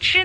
痴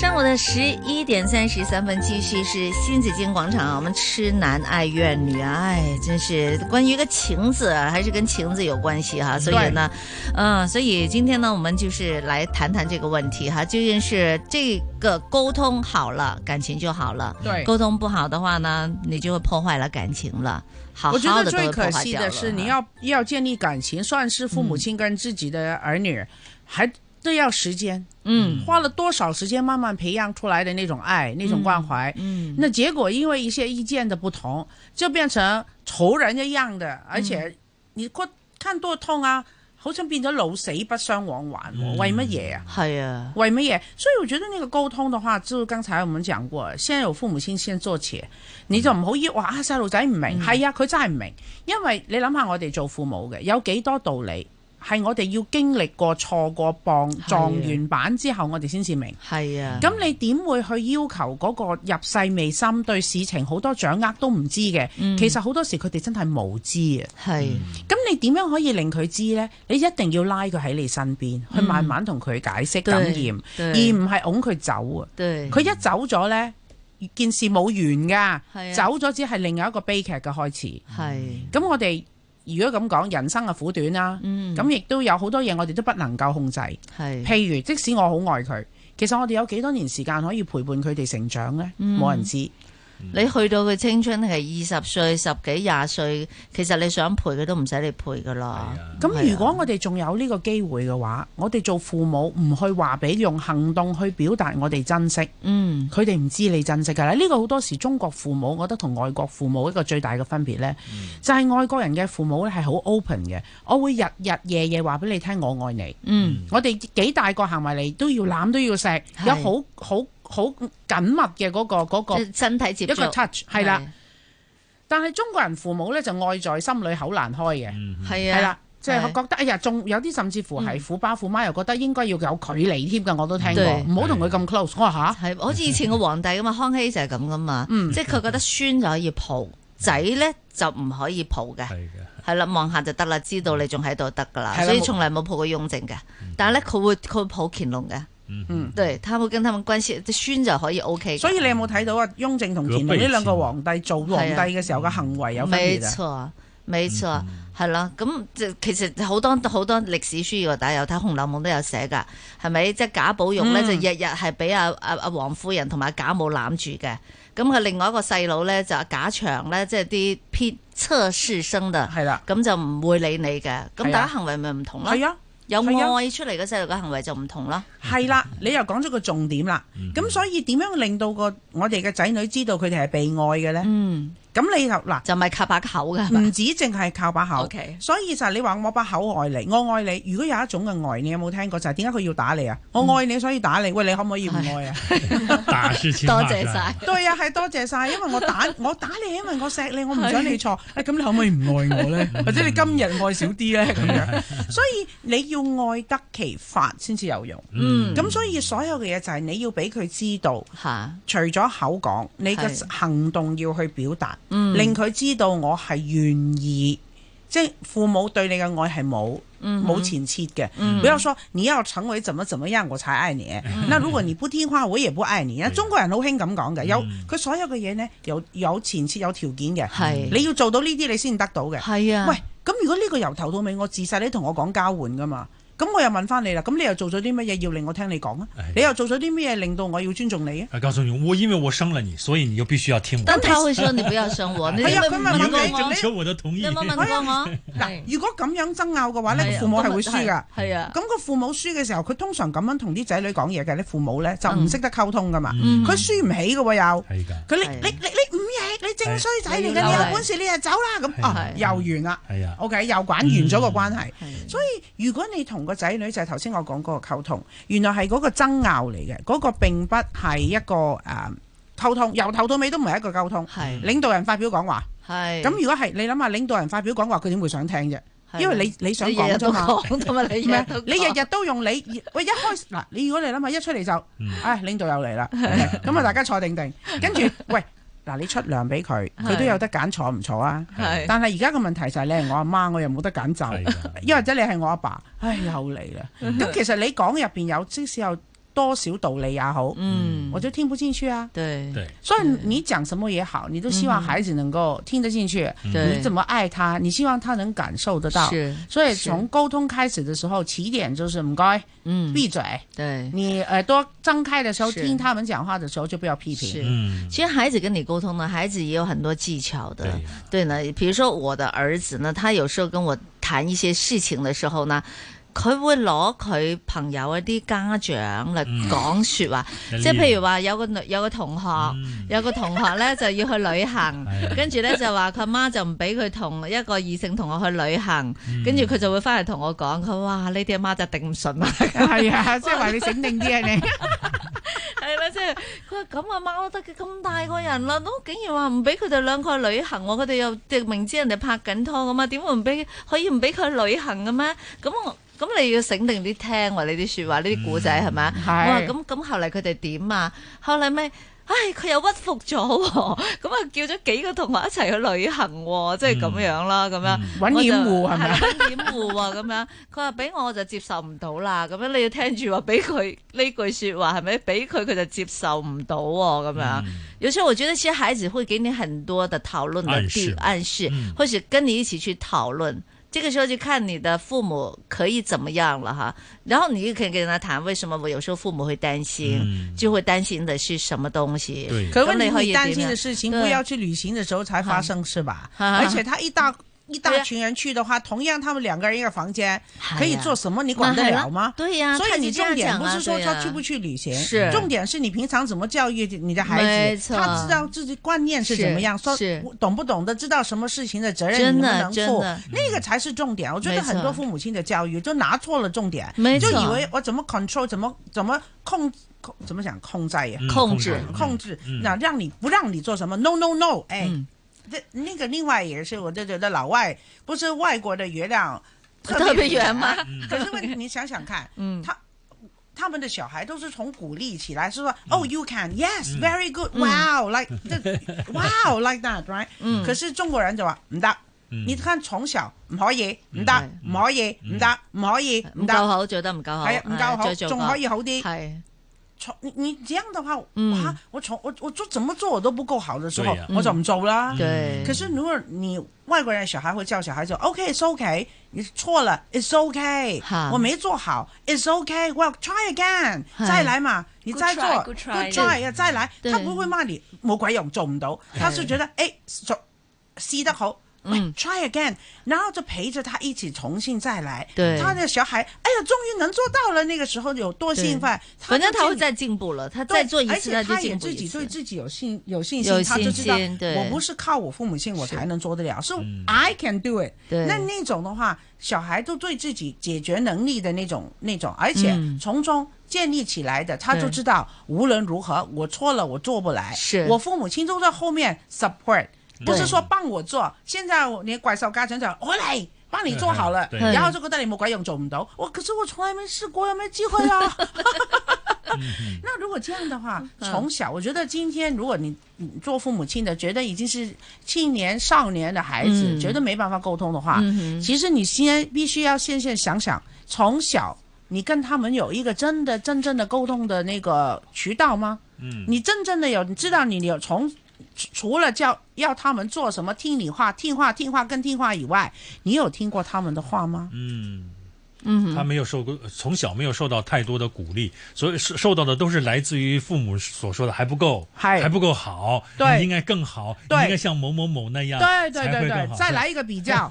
上午的十一点三十三分，继续是新紫金广场啊，我们痴男爱怨女，哎，真是关于一个情字啊，还是跟情字有关系哈、所以呢，嗯，所以今天呢，我们就是来谈谈这个问题哈、究竟是这个沟通好了，感情就好了；对，沟通不好的话呢，你就会破坏了感情了，好我觉好得的都最会破可坏惜掉的了是，哈嗯你要要建立感情，算是父母亲跟自己的儿女，还都要时间，嗯花了多少时间慢慢培养出来的那种爱、那种关怀。嗯那结果因为一些意见的不同，就变成仇人一样的，而嗯且你覺看多痛啊，好像變咗老死不相往還嗯喎，為乜嘢啊？系啊，为乜嘢？所以我觉得那个沟通的话，就刚才我们讲过，先由父母亲先做起，你就唔好以為啊細路仔唔明，係、啊佢真係唔明，因為你諗下我哋做父母嘅有幾多道理係我哋要經歷過錯過磅啊撞完板之後，我哋先至明。系啊，咁你點會去要求嗰個入世未深、對事情好多掌握都唔知嘅？其實好多時佢哋真係無知啊嘅。系咁你點樣可以令佢知呢？你一定要拉佢喺你身邊，去嗯慢慢同佢解釋感染，而对唔係拱佢走啊！对，佢一走咗呢，件事冇完係㗎，啊走咗只係另外一個悲劇嘅開始。系咁我哋如果咁講，人生嘅苦短啦，嗯咁亦都有好多嘢我哋都不能夠控制。系。譬如，即使我好愛佢，其實我哋有幾多年時間可以陪伴佢哋成長呢？嗯冇人知。你去到佢青春期二十歲、十幾廿歲，其實你想陪佢都唔使你陪噶啦。係啊咁如果我哋仲有呢個機會嘅話，我哋做父母唔去話俾，用行動去表達我哋珍惜，嗯，佢哋唔知你珍惜㗎啦。呢、個好多時中國父母，我覺得同外國父母一個最大嘅分別呢，嗯就係外國人嘅父母咧係好 open 嘅，我會日日夜夜話俾你聽我愛你。嗯，我哋幾大個行埋嚟都要攬都要錫，係有好好好緊密嘅嗰、個嗰、個即係身體接嗯一個觸 touch 係啦。，但係中國人父母咧就愛在心裏口難開嘅，係係啊，啦。即係係嗯覺得，哎呀，仲有啲甚至乎係虎爸虎媽又覺得應該要有距離添㗎，我都聽過，對唔好同佢咁 close。我話係好似以前個皇帝咁嘛，啊康熙就係咁噶嘛，啊嗯即係佢覺得孫就可以抱，仔咧就唔可以抱嘅，哎係啦，望下就得啦，知道你仲喺度得噶啦係，啦所以冇從來冇抱過雍正嘅，但係咧佢會佢會抱乾隆嘅，嗯對，他會跟他們關係，啲孫就可以 O K 吓，。所以你有冇睇到啊？雍正同乾隆呢兩個皇帝做皇帝嘅時候嘅行為有分嗯沒別啊？錯，沒錯，係啦。咁就其實好多好多歷史書我大家有睇《紅樓夢》都有寫㗎，係咪？即係賈寶玉咧，嗯就日日係俾阿阿阿王夫人同埋賈母攬住嘅。咁佢另外一個細佬咧就阿賈祥咧，即係啲撇測試生嘅，係啦，咁就唔會理你嘅。咁係啊大家行為咪唔同啦，係啊，有係啊愛出嚟嘅細路嘅行為就唔同啦。係啦，你又講咗個重點啦。咁所以點樣令到個我哋嘅仔女知道佢哋係被愛嘅呢？嗯，咁你就嗱，就咪靠把口㗎，係咪唔止淨係靠把口。 ？OK，所以就係你話我把口愛你，我愛你。如果有一種嘅愛，你有冇聽過？就係點解佢要打你啊？我愛你，所以打你。喂，你可唔可以唔愛啊？打是 情，多罵謝是愛晒。對啊，係多謝晒，因為我打我打你，因為我錫你，我唔想你錯。誒咁你可唔可以唔愛我呢？或者你今日愛少啲呢？哎咁樣，所以你要愛得其法先至有用。嗯，咁所以所有嘅嘢就係你要俾佢知道，嚇，除咗口講，你係嘅行動要去表達，嗯，令佢知道我係願意。即係父母對你嘅愛係冇嗯冇前設嘅，嗯不要說你要成為怎麼怎麼樣我才愛你，那如果你不聽話我也不愛嗯你。中國人好興咁講嘅，有佢所有嘅嘢呢，有有前設有條件嘅，係你要做到呢啲你先得到嘅。係啊，喂，咁如果呢個由頭到尾我自細你同我講交換噶嘛，咁我又問翻你啦，咁你又做咗啲乜嘢要令我聽你講啊哎？你又做咗啲乜嘢令到我要尊重你啊？他告訴你，我因为我生了你，所以你就必须要听我。但他會說你不要生 我，你有哎呀冇佢咪問問過你我征？求我的同你意有。啊冇問過我？嗱，如果咁樣爭拗嘅話呢，係啊個父母係會輸㗎。係啊，咁個父母輸嘅時候，佢通常咁樣同啲仔女講嘢嘅，嗯你父母呢就唔識得溝通噶嘛，嗯哎佢輸唔起嘅喎又。係㗎佢你係你你你唔贏，你你正衰仔嚟係嘅，你係有本事你就走啦咁啊，係嗯又完啦。係啊， OK，又玩完咗個關係。係所以如果你同個仔女就係頭先我講嗰個溝通，原來係嗰個爭拗嚟嘅，嗰、個並不係一個誒、呃、溝通，由頭到尾都唔係一個溝通。係領導人發表講話，係咁如果係你諗下，領導人發表講話，佢點會想聽啫？因為你你想日講日啫都嘛。講㗎啊嘛，你唔日日都係，你日日都用你喂一開始嗱，你如果你諗下一出嚟就，嗯唉領導又 嚟啦，咁啊大家坐定定，跟住喂嗱你出糧俾 佢，佢都有得揀坐唔坐啊？係但係而家個問題就係你係我阿媽，我又冇得揀就，係啊又或者你係我阿爸，唉又嚟啦。嗯咁其實你講入邊有即使有多少道理也好，嗯我就聽不進去啊。對對，所以你講什麼也好，你都希望孩子能夠聽得進去，嗯對你怎麼愛他，你希望他能感受得到。是所以是從溝通開始的時候，起點就是唔該嗯閉嘴。對你呃耳朵張開的時候，是聽他們講話的時候就不要批評。 是。嗯，其實孩子跟你溝通呢，孩子也有很多技巧的。對对呢，比如说我的儿子呢，他有时候跟我谈一些事情的时候呢，佢會攞佢朋友一啲家長嚟講说話，即係譬如話有個女有個同學，嗯有個同學咧就要去旅行， 係啊跟住咧就話佢媽就唔俾佢同一個異性同學去旅行，嗯跟住佢就會翻嚟同我講，佢話呢啲阿媽就頂唔順啦。係啊，即係話你醒定啲啊你。 係啦，即係佢話咁啊，貓得嘅咁大個人啦，都竟然話唔俾佢哋兩個去旅行喎，佢哋又明知人哋拍緊拖咁嘛，點會唔俾可以唔俾佢去旅行嘅咩？咁我咁你要醒定啲聽喎，你啲説話呢啲古仔係咪啊？我話係咁咁後嚟佢哋點啊？後嚟咪。唉，佢又屈服咗喎， 咁啊叫咗幾個同學一齊去旅行喎，即係咁樣啦，咁樣揾嗯掩護係係咪啦？揾掩護喎，咁樣佢話俾我我就接受唔到啦，咁樣你要聽住話俾佢呢句説話係咪？俾佢佢就接受唔到喎，咁嗯樣。有時候我覺得，其實孩子會給你很多的討論的暗地示暗示嗯，或者跟你一起去討論。這個時候就看你的父母可以怎麼樣了哈，然後你就可以跟他談為什麼我有時候父母會擔心，嗯就會擔心的是什麼東西。對可咁問你可題，以啊點你擔心樣的事情對不要去旅行的時候才發生，是吧？啊而且他一大一對大啊群人去的話，同樣他們兩個人一個房間，哎呀可以做什麼？你管得了嗎？對呀、所以看你這重樣點講不啊，是说對他呀去不去旅行，是重點是你平常怎麼教育你的孩沒子，錯他知道自己觀念是怎麼樣，是说是懂不懂得知道什麼事情的責任真你的能不能真負的，那個才是重點。我覺沒得錯很多父母親的教育就拿錯了重點，沒就以錯為我怎麼 control，怎麼怎麼控控，怎麼講控制呀？嗯控制控制，嗯那让你不让你做什么？No No No，哎嗯，这那个另外也是，我就觉得老外不是外国的月亮特别圆吗吗？可是问题你想想看，嗯他他们的小孩都是从鼓励起来，是说哦，you can，yes 嗯 very 嗯 good，wow like 这 wow like that right？嗯可是中国人就话唔得，你你看從小唔可以，唔得，嗯唔可以，唔得，唔可以，唔唔夠得，好做得唔夠好，係啊，唔夠哎好，再做仲過可以好嗯啲。係。從你你這樣的話，嗯哇！我從我我做怎麼做我都不夠好的時候對呀，我就唔做啦。對可是如果你外國人小孩會叫小孩就 OK，it's OK，你錯了，it's OK，哈我沒做好，it's OK，well try again，係再來嘛，你 Good 再做 try，good ，good try try 啊，再來，對他不會罵你冇鬼用，做唔到，他是覺得誒做試得好。喂嗯，try again，然後就陪着他一起重新再來。對他的小孩，哎呀，終於能做到了，那個時候有多對興奮。反正他就会進再进步了，他对再做一而次且就他也进步自己一对次。自己有信有信有心，他就信知道心对我不是靠我父母亲我才能做得了，是嗯 I can do it。对那那种的话，小孩都对自己解决能力的那种那种，而且嗯从中建立起来的，他就对知道无论如何我错了我做不来，是我父母亲都在后面 support，不对是说帮我做。现在我连怪兽家长讲我嚟。帮你做好了，对嗯然后就觉得你冇鬼用做唔到。我可是我从来没试过，有没有机会啊？嗯那如果这样的话，嗯从小我觉得今天如果你你做父母亲的，觉得已经是青年少年的孩子，嗯觉得没办法沟通的话，嗯其实你先必须要先先想想，从小你跟他们有一个真的真正的沟通的那个渠道吗？嗯你真正的有，你知道你有从除除了叫要他们做什么听你话、听话、听话跟听话以外，你有听过他们的话吗？嗯嗯他没有受过从小没有受到太多的鼓励，所以受受到的都是来自于父母所说的还不够，嗨还不够好，对你应该更好，你对应该像某某某那样，对对啊对才会更对，好再来一个比 较，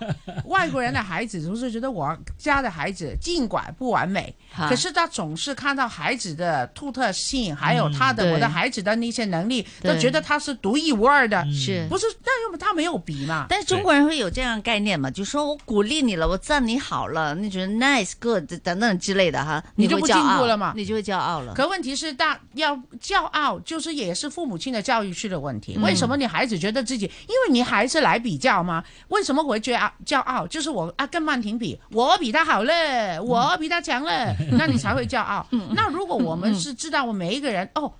外国人的孩子总是觉得我家的孩子尽管不完美，哈可是他总是看到孩子的独特性，还有他的、对我的孩子的那些能力，嗯对都觉得他是独一无二嗯的，是不是？那要么他没有比嘛。但是中国人会有这样概念嘛？就说我鼓励你了，我赞你好了，那觉得 nice good 等等之类的哈，你会就不骄傲进步了嘛你就会骄傲啊了。可问题是大要骄傲，就是也是父母亲的教育区的问题。嗯为什么你孩子觉得自己？因为你孩子来比较嘛。为什么我会觉得啊骄傲？就是我啊跟曼婷比，我比他好嘞，我比他强嘞，嗯那你才会 骄傲。那如果我们是知道我每一个人哦。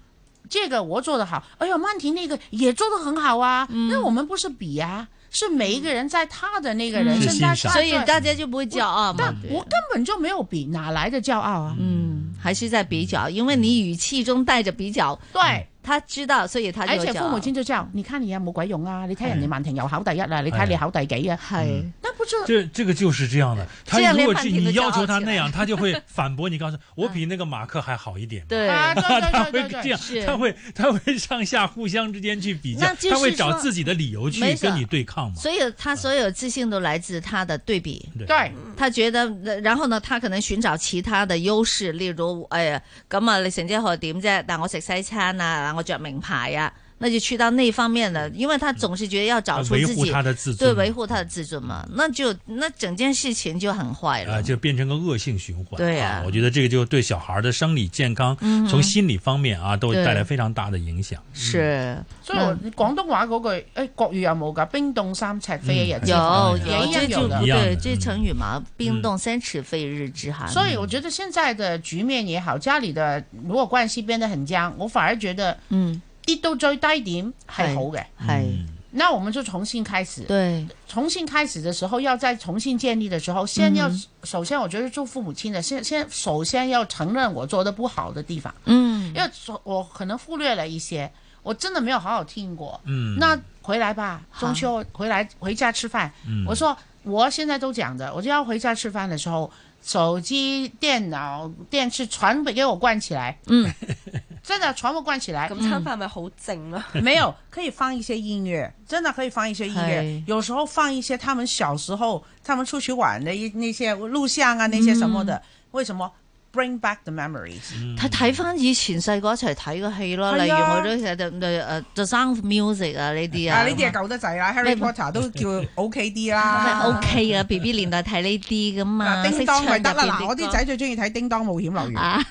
这个我做得好，哎呦，曼婷那个也做得很好啊。嗯那我们不是比啊，是每一个人在他的那个人嗯是生，在欣他赏所以对大家就不会骄傲嘛但。对我根本就没有比，哪来的骄傲啊？嗯，还是在比较，因为你语气中带着比较，对，他知道，所以他就而且骄父傲母親就之後，你睇你有冇鬼用啊？你睇人哋係曼婷又考第一啦，你睇你係考第幾啊？系那不知这这个哎就是这样的，他这样如连果曼是婷都你要骄傲求他起那来样，他就会反驳你，告诉 我比那个马克还好一点嘛。对。啊，对 他对会对对这对，样是，他会他会上下互相之间去比较那，就是他会找说自己的理由去没错跟你对抗嘛。所以他所有自信都来自他的对比，对對他覺得，然後呢，他可能尋找其他嘅優勢，例如哎呀，咁啊，你成績好點啫？但我食西餐啊，我着名牌啊，那就去到那方面了，因為他總是覺得要找呃出嗯维自护己他的自对尊，維護他的自尊嘛，那就那整件事情就很壞啊、了。就变成个恶性循环。啊对呀嗯我觉得这个就对小孩的生理健康，从心理方面啊，都对带来非常大的影响。是，所以我廣東話嗰句，誒國語有冇㗎？冰凍三尺非一日嗯之有哎寒，有，也这一樣就有的不一樣對，的这成語嘛，冰嗯凍三尺非一日之寒。所以我覺得現在的局面也好，家裡的如果關係變得很僵，我反而覺得嗯，跌到最低點係好嘅。嗯係，那我們就重新開始，對，重新開始的時候，要在重新建立的時候，先要、首先，我覺得做父母親的，先先首先要承認我做的不好的地方。嗯，因为说我可能忽略了一些，我真的没有好好听过。嗯，那回来吧，好中秋回来回家吃饭，嗯我说我现在都讲着，我就要回家吃饭的时候，手机、电脑、电视全部给我关起来。嗯，真的全部关起来，咁餐飯咪好靜咯。没有可以放一些音乐，真的可以放一些音乐嗨。有时候放一些他们小时候他们出去玩的一那些录像啊，那些什么的。嗯为什么 bring back the memories？睇睇翻以前細個一齊睇嘅戲咯，例係如啊我都睇誒誒 The Sound of Music 啊呢啲啊！啊，呢啲係舊得滯啦，Harry 咩 Potter 都 叫 OK 啲咩啦。 OK 啊，B B 年代睇呢啲噶嘛，啊嗱，啊叮識當唱咪得啦！入邊嗱，我啲歌仔最中意睇《叮當冒險樂園啊，》，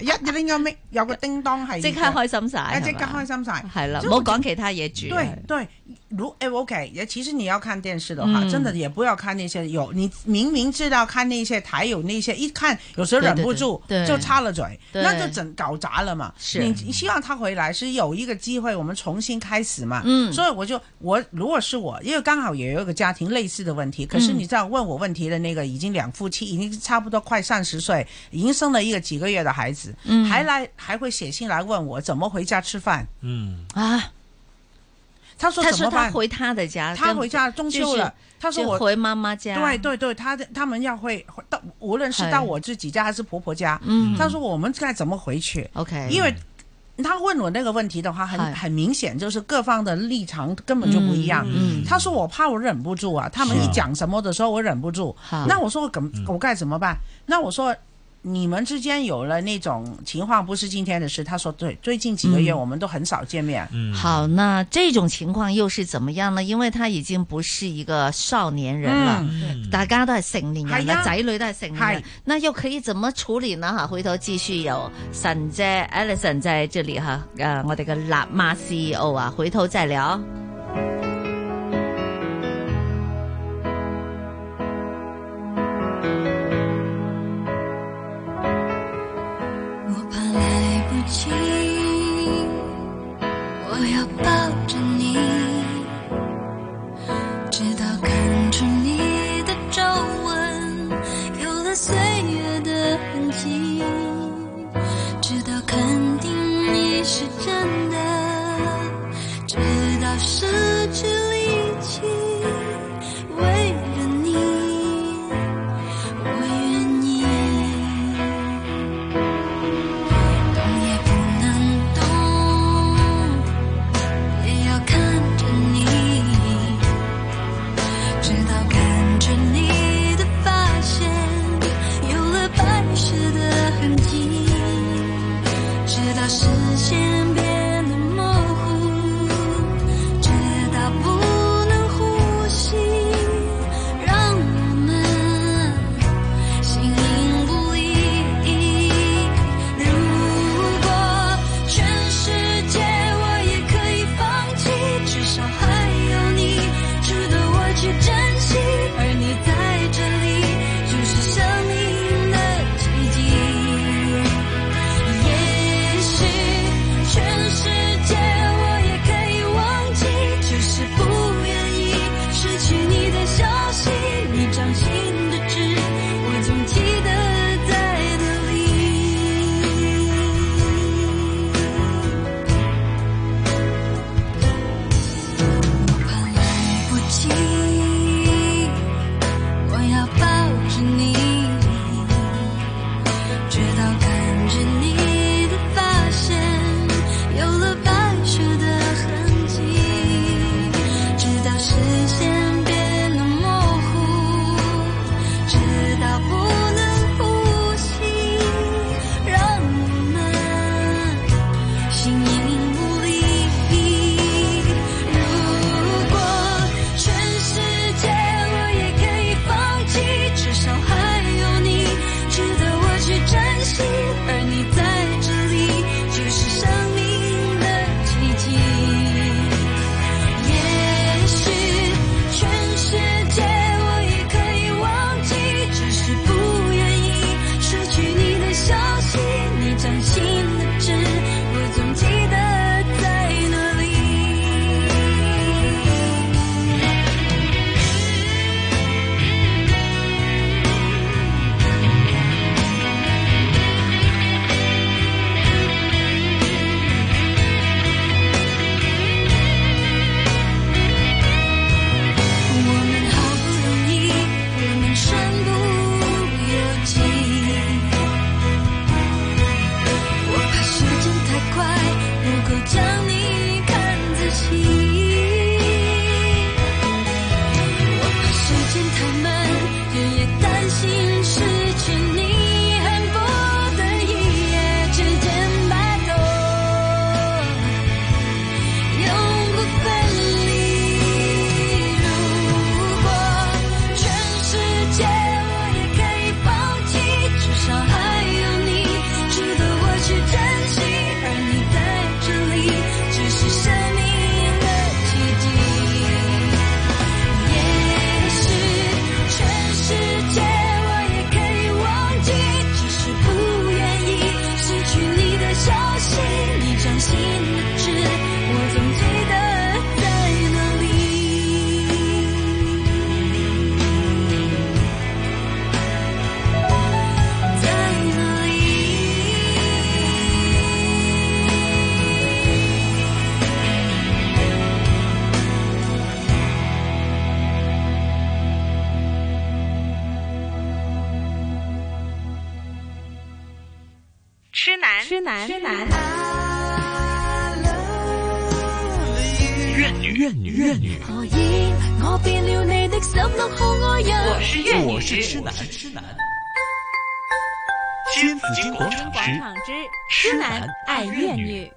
一拎一咪有個叮當係啊即刻開心晒，即刻係嘛開心晒。係啦，唔所以我好講其他嘢住。對對，如誒 OK，其實你要看電視的話，嗯真的也不要看那些有你明明知道看那些台有那些，一看有時候忍不住對對對就插了嘴，對那就整搞砸了嘛。是你你希望他回來是有一個機會，我們重新開始嘛。嗯，所以我就我如果是我，因为刚好也有一个家庭类似的问题，可嗯是你知道问我问题的那个已经两夫妻，已经差不多快三十岁，已经生了一个几个月的孩子，嗯还来还会写信来问我怎么回家吃饭。嗯，啊，他说他怎说么他办？回他的家，他回家中秋了，他跟，说就我。回媽媽家，对，对对，他的他们要会会到，无论是哎到我自己家还是婆婆家，嗯他说我们该怎么回去？ ，OK，因为他问我那个问题的话，很哎很明显就是各方的立场根本就不一样。嗯，他说我怕我忍不住啊，他们是一讲什么的时候我忍不住。好，那我说我怎我该怎么办？那我说你们之间有了那种情况，不是今天的事。他说对，最近几个月嗯我们都很少见面。嗯，好，那这种情况又是怎麼樣呢？因為他已經不是一個少年人了。嗯，嗯，大家都係成年人係啊啦，仔女都係成年人係，那又可以怎麼處理呢？吓，回頭繼續有神姐 Alison 在這裡哈，誒，啊我哋嘅辣媽 CEO 啊，回頭再聊。我怕来不及，我要抱着你，直到看出你的皱纹有了岁月的痕迹，直到肯定你是真的，直到失去力气，为了你。我愿意视线变得模糊，直到不能呼吸，让我们形影不离。如果全世界我也可以放弃，至少还有你值得我去珍惜，而你在这里就是生命的奇迹。也许全世界我也可以忘记，只是不愿意失去你的消息。你掌心的痣，我总记得在哪里。我怕来不及，我要抱着你。直到看着你的发线，有了白雪的痕迹，直到视线变得模糊，直到不能呼吸，让我们形影不离。如果全世界我也可以放弃，至少还有你值得我去珍惜，而你在这里就是生命的奇迹。也许全世界我也可以忘记，只是不愿意失去你的消息，你掌心的痣，我总记得在哪里。我们好不容易，我们身不由己。我怕时间太快，不够将你看仔细。我怕时间太慢，日夜担心失去你，恨不得一夜之间白头，永不分离。如果全世界我也可以放弃，至少还有你值得我去珍惜，而你在这里就是生命的奇迹。也许全世界我也可以忘记，只是不愿意失去你的消息，你掌心的痣，我总记得在哪里。在哪里？痴男，痴男，痴男。怨女，怨女，怨女，何以我变了你的十六号爱人？我是粤我女是痴男，痴男。新紫金广场之广场之痴痴男男爱爱粤粤女女。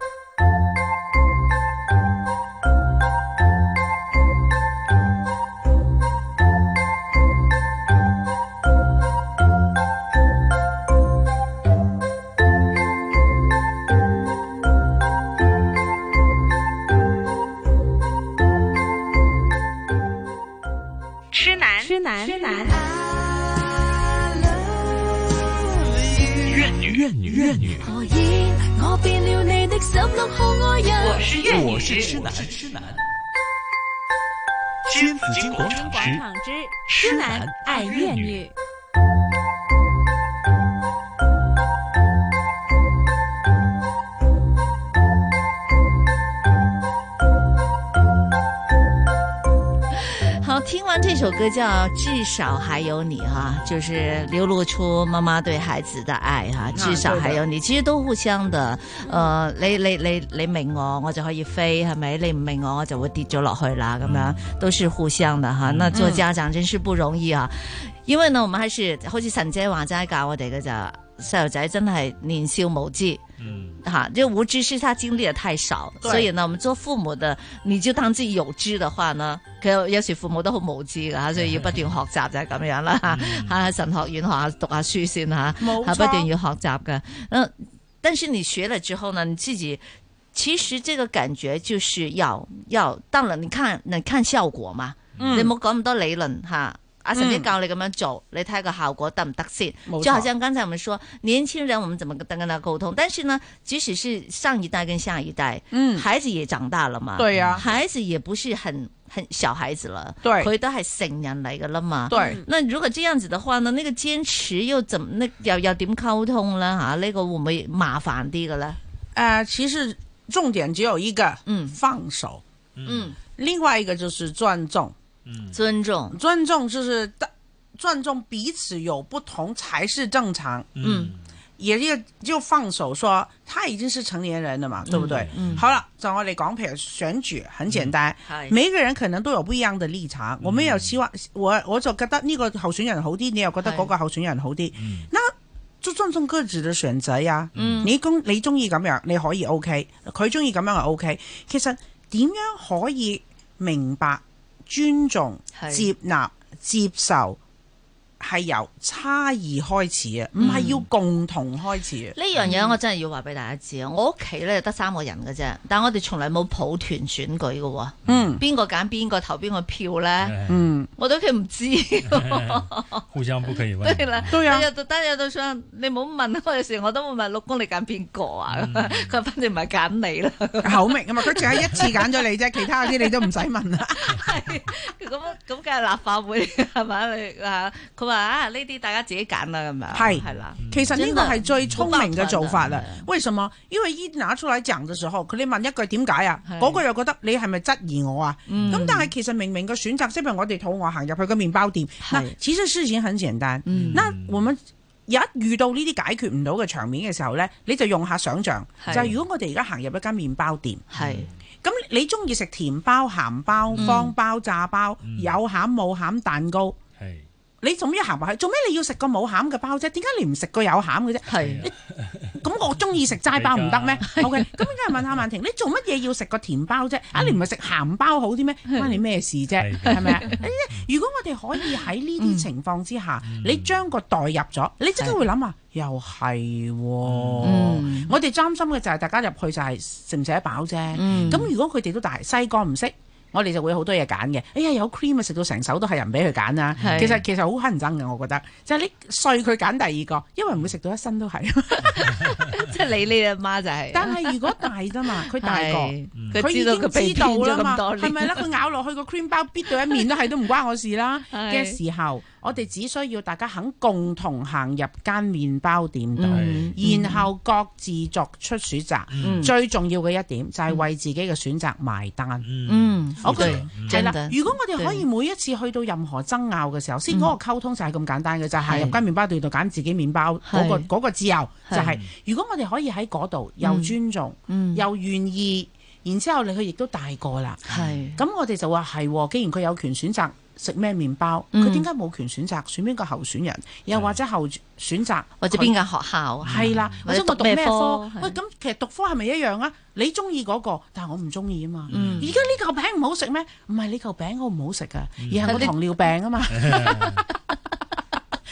痴男，痴男，痴男。怨女，怨女，怨女，何以我变了你的十六号爱人？我是粤女，我是痴男，痴男。新紫金广场广之场之痴男爱粤女。好，听完这首歌叫《至少还有你》哈、就是流露出妈妈对孩子的爱哈、至少還有你，其實都互相的。誒、你你你你明我，我就可以飛，係咪？你唔明我，我就會跌咗落去啦，咁樣都是互相的哈、那做家長真是不容易啊，因為呢，我們還是好似神姐話齋教我哋嘅咋，細路仔真係年少無知。嗯，哈，这无知是他经历的太少，对所以呢，我们做父母的，你就當自己有知嘅話呢，其實有時父母都好無知㗎吓，所以要不 斷學習就係咁樣啦吓， 喺、神學院學下讀下書先吓，嗯冇吓錯不斷要學習嘅。嗯、但是你學了之後呢，你自己其實這個感覺就是要要，當然你看你看效果嘛，你冇講咁多理論吓。阿神姐嗯教你咁樣做，你睇個效果得唔得先？冇就好錯像刚才我们说，年轻人我们怎么跟跟他沟通？但是呢，即使是上一代跟下一代，嗯孩子也长大了嘛，對啊孩子也不是很很小孩子了，對佢都係成人嚟噶啦嘛。對那如果這樣子的話呢，那個堅持又怎麼，那又又點溝通啦吓？呢、個會唔會麻煩啲嘅咧？呃，其實重點只有一個，嗯放手。嗯，另外一個就是尊重，嗯尊重，尊重就是大尊重彼此有不同才是正常。嗯也就就放手說，他已經是成年人了嘛，對不對？嗯好了，就我哋講，譬如選舉很簡單，係嗯每個人可能都有不一樣的立場。我們有希望，我我就覺得呢個候選人好啲，你又覺得係嗰個候選人好啲，那就尊重各自嘅選擇呀。嗯你中你中意咁樣，你可以 OK，佢中意咁樣係 OK。其實點樣可以明白、尊重、係接納、接受？係由差異開始啊，嗯唔係要共同開始啊。呢樣嘢我真係要話俾大家知啊！我屋企咧得三個人嘅啫，但我哋從來冇抱團選舉嘅喎。嗯邊個揀邊個投邊個票咧？哎嗯，我都佢唔知，互相不可以 對問。啦。對啊有到得有到想，你唔好問我有時我都會問老公你揀邊個啊？嗯嗯佢話反正唔係揀你啦， 口明啊嘛，佢淨係一次揀咗你啫，其他嗰啲你都唔使問 啦。咁啊咁梗係立法會 係咪？你啊？佢話啊呢啲大家自己揀啦咁樣，係係啦，其實呢個係最聰明嘅做法啦真係。為什麼？因為一拿出嚟講嘅時候，佢哋問一句點解啊？係嗰個又覺得你係咪質疑我啊？嗯咁、但係其實明明個選擇，即係譬如我哋肚餓行入去個麵包店，嗱係，其實事情很簡單。嗯那我們一遇到呢啲解決唔到嘅場面嘅時候呢，你就用下想像，就係係如果我哋而家行入一間麵包店。係咁你中意食甜包、鹹包、方包、炸包，有餡冇餡蛋糕？哎你做咩行埋去？做咩你要食個冇餡嘅包啫？點解你唔食個有餡嘅啫？係咁我中意食齋包唔得咩？OK，咁 梗係問下曼婷，你做乜嘢要食個甜包啫？啊，你唔係食鹹包好啲咩？關你咩事啫？係係咪啊？如果我哋可以喺呢啲情況之下，你將個代入咗，你即刻會諗啊，又係喎。嗯我哋擔心嘅就係大家入去就係食唔食得飽啫。嗯咁如果佢哋都大西哥唔識。我哋就會好多嘢揀嘅，哎呀有 cream 啊，食到成手都係人俾佢揀啦。係其實其實好乞人憎嘅，我覺得就係、你碎佢揀第二個，因為唔會食到一身都係。即係你呢阿媽就係， 但係如果大 啫嘛，佢大個，係佢佢已知道經佢被知道騙咗啦咁嘛，多係年，咪啦？佢咬落去個 cream 包，必到一面都係都唔關我事啦。 係嘅時候，我哋只需要大家肯共同行入間麵包店度，嗯然後各自作出選擇。嗯最重要嘅一點就係為自己嘅選擇埋單。嗯，我覺得對係真啦的，如果我哋可以對嗯每一次去到任何爭拗嘅時候，先嗰個溝通就係咁簡單嘅就係係入間麵包店度揀自己麵包係嗰個嗰個自由，就係係如果我哋可以喺嗰度又尊重嗯又願意，然之後你佢亦都大個啦，係咁我哋就話係喎，既然佢有權選擇食咩麵包，嗯佢點解冇權選擇選邊個候選人，又或者候選擇或者佢邊間學校係啦，嗯或者或者我讀讀咩咩科科？喂，係咁其實讀科係咪一樣啊？你中意嗰個，但係我唔中意啊嘛。嗯而家呢嚿餅唔好食咩？唔係你嚿餅好唔好食啊，嗯而係我糖尿病啊嘛。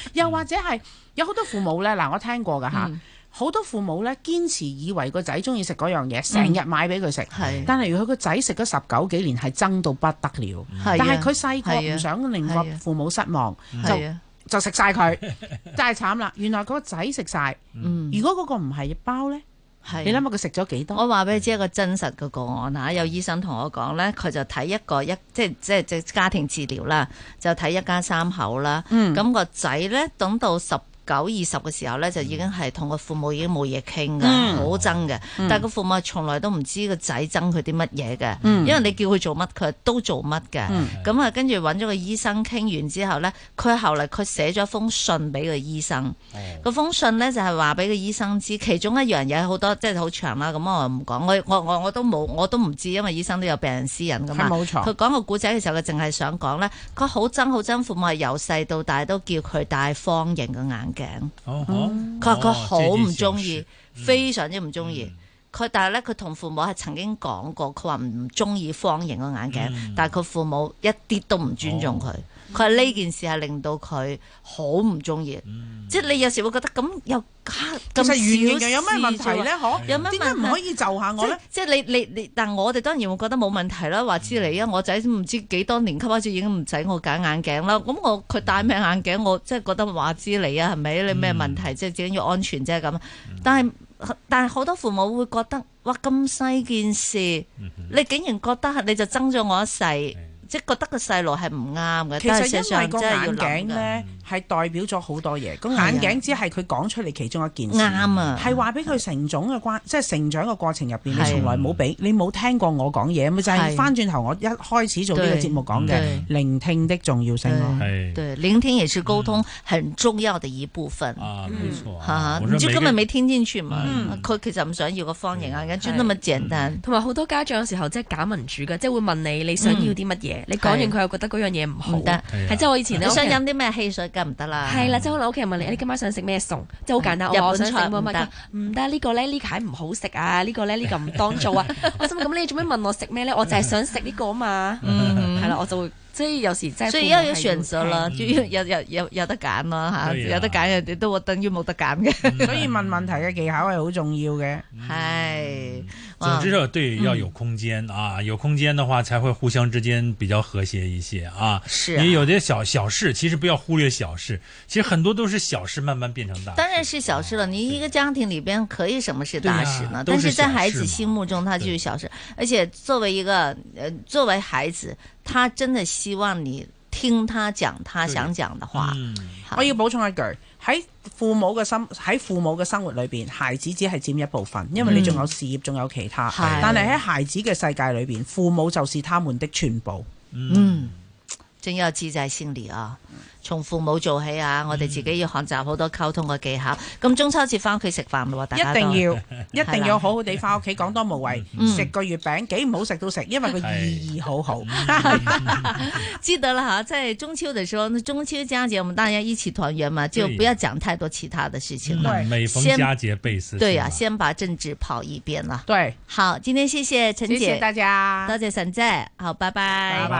又或者係有好多父母咧，嗱我聽過㗎嗯吓，好多父母咧堅持以為個仔中意食嗰樣嘢，成日買俾佢食。嗯係但係如果佢個仔食咗十九幾年，係憎到不得了。係啊但係佢細個係啊唔想令個係啊父母失望，係啊，就就食晒佢， 真係慘啦！原來嗰個仔食晒。嗯，如果嗰個唔係包咧，係你諗下佢食咗幾多？我話俾你知一個真實嘅個案嚇，有醫生同我講咧，佢就睇一個一即係即係即係家庭治療啦，就睇一家三口啦。嗯咁、個仔咧等到十九二十嘅時候咧，就已經係同個父母已經冇嘢傾㗎，嗯好憎嘅。但係個父母係從來都唔知個仔憎佢啲乜嘢嘅，嗯因為你叫佢做乜，佢都做乜嘅。嗯咁啊，跟住揾咗個醫生傾完之後咧，佢後嚟佢寫咗封信俾個醫生。哎嗰封信咧就係話俾個醫生知，其中一樣嘢好多即係好長啦。咁我唔講，我我我我都冇，我都唔知，因為醫生都有病人私隱噶係嘛。冇錯佢講個古仔嘅時候，佢淨係想講咧，佢好憎好憎父母係由細到大都叫佢戴方形嘅眼鏡。哦好，嗯佢話佢哦好唔中意，嗯非常之唔中意。佢但係咧，佢同父母係曾經講過，佢話唔中意方形嘅眼鏡，嗯但係佢父母一啲都唔尊重哦佢。佢話呢件事係令到佢好唔中意，嗯即係你有時會覺得咁又嚇其咁實圓少形又有咩問事啫題喎咧？嗬，有咩點解唔問可題？以就下我咧？即係你你你，但我哋當然會覺得冇問題啦。話之你啊，我仔唔知幾多年級開始已經唔使我揀眼鏡啦。咁我佢戴咩眼鏡，我即係覺得話之你啊，係咪？你咩問題？即係最緊要安全啫咁。但係但係好多父母會覺得，哇咁細件事，嗯你竟然覺得係你就憎咗我一世，即係覺得個細路係唔啱嘅。其但係實事因為上個真係要眼諗嘅，鏡咧係代表咗好多嘢，個啊眼鏡只係佢講出嚟其中一件事。啱啊，係話俾佢成長嘅關，即係成長嘅過程入邊，係你從來冇俾你冇聽過我講嘢，咪就係係翻轉頭我一開始做呢個節目講嘅對聆聽的重要性咯。哎，對，聆聽也是溝通很重要的一部分。啊，没错哈哈，啊，我你说就根每个嗯本人沒聽進去嘛嗯。佢、其實唔想要個方形啊，眼鏡就那麼簡單。同埋好多家長有時候即係假民主嘅，即係會問你你想要啲乜嘢，你講係完佢又覺得嗰樣嘢唔好唔，得係即係我以前你咧，嗯想飲啲咩汽水梗唔得啦。係啦，即係可能屋企人問你，你今晚想食咩餸，即係好簡單。嗯我話我日本想食菜乜唔乜得佢話唔得呢個咧呢排唔好食啊，呢個咧呢個唔當做啊。我心諗咁你做咩問我食咩咧？我就係想食呢個啊嘛。嗯係啦，我就會即係有時真係所以父母要係有要選擇啦，嗯就要有有有有得揀啦嚇，對啊有得揀人哋都等於冇得揀嘅。所以問問題嘅技巧係好重要嘅。係，总哇嗯之要对要嗯有空间啊，有空间的话才会互相之间比较和谐一些啊。是啊你有些小小事，其实不要忽略小事，其实很多都是小事慢慢变成大事。当然是小事了。你一个家庭里边可以什么是大事对呢啊？但都是在小事孩子嘛心目中，他就是对小事。而且作为一个呃，作为孩子，他真的希望你听他讲他对想讲的话。嗯，好我要補充一句，喺父母嘅生喺父母嘅生活裏邊，孩子只係佔一部分，因嗯為你仲有事業，仲有其他。係但係喺孩子嘅世界裏邊，父母就是他們的全部。嗯，真有自制先烈啊！從父母做起啊，我哋自己要學習好多溝通嘅技巧。咁中秋節翻屋企食飯咯喎，大家一都嗯定 要，一定要好好地翻屋企，講多無謂，食個月餅幾唔好食都食，因為個意義好好。嗯記得了哈。在中秋的時候，那中秋佳節我們大家一起團圓嗯嘛，就對不要講太多其他的事情了。對嗯每逢先佳节倍思亲對呀、啊嘛先把政治跑一遍啦。 對，好，今天謝謝陳謝姐，謝大家，多謝陳姐，好，拜拜拜拜。